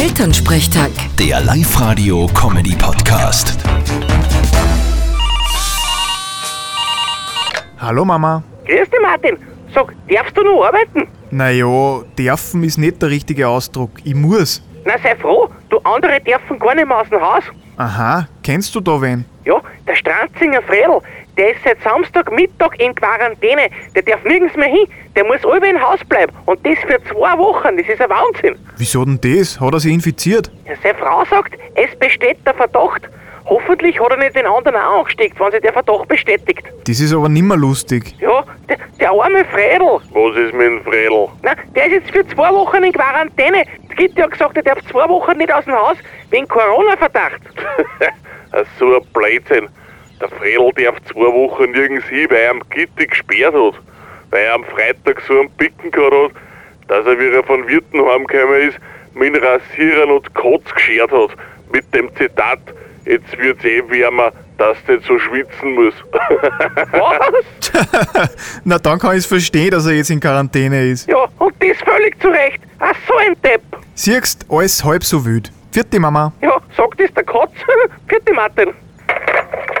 Elternsprechtag. Der Live-Radio-Comedy-Podcast. Hallo Mama. Grüß dich, Martin. Sag, darfst du noch arbeiten? Naja, dürfen ist nicht der richtige Ausdruck. Ich muss. Na, sei froh, du andere dürfen gar nicht mehr aus dem Haus. Aha, kennst du da wen? Ja, der Stranzinger Fredel, der ist seit Samstagmittag in Quarantäne. Der darf nirgends mehr hin. Der muss alle im Haus bleiben. Und das für zwei Wochen. Das ist ein Wahnsinn. Wieso denn das? Hat er sich infiziert? Ja, seine Frau sagt, es besteht der Verdacht. Hoffentlich hat er nicht den anderen auch angesteckt, wenn sich der Verdacht bestätigt. Das ist aber nimmer lustig. Ja, der, der arme Fredel. Was ist mit dem Fredel? Na, der ist jetzt für zwei Wochen in Quarantäne. Es gibt ja gesagt, er darf zwei Wochen nicht aus dem Haus wegen Corona-Verdacht. so ein Blödsinn. Der Fredel darf zwei Wochen nirgends hin, weil er am Gitti gesperrt hat. Weil er am Freitag so einen Picken gehabt hat, dass er, wie er von Wirten heimgekommen ist, mit dem Rasieren und Kotz geschert hat. Mit dem Zitat, jetzt wird's eh wärmer, dass du nicht so schwitzen musst. Was? Na, dann kann ich verstehen, dass er jetzt in Quarantäne ist. Ja, und das völlig zu Recht. Ach, so ein Depp. Siehst, alles halb so wild. Vierte Mama. Ja, sagt es der Katz. Vierte Martin.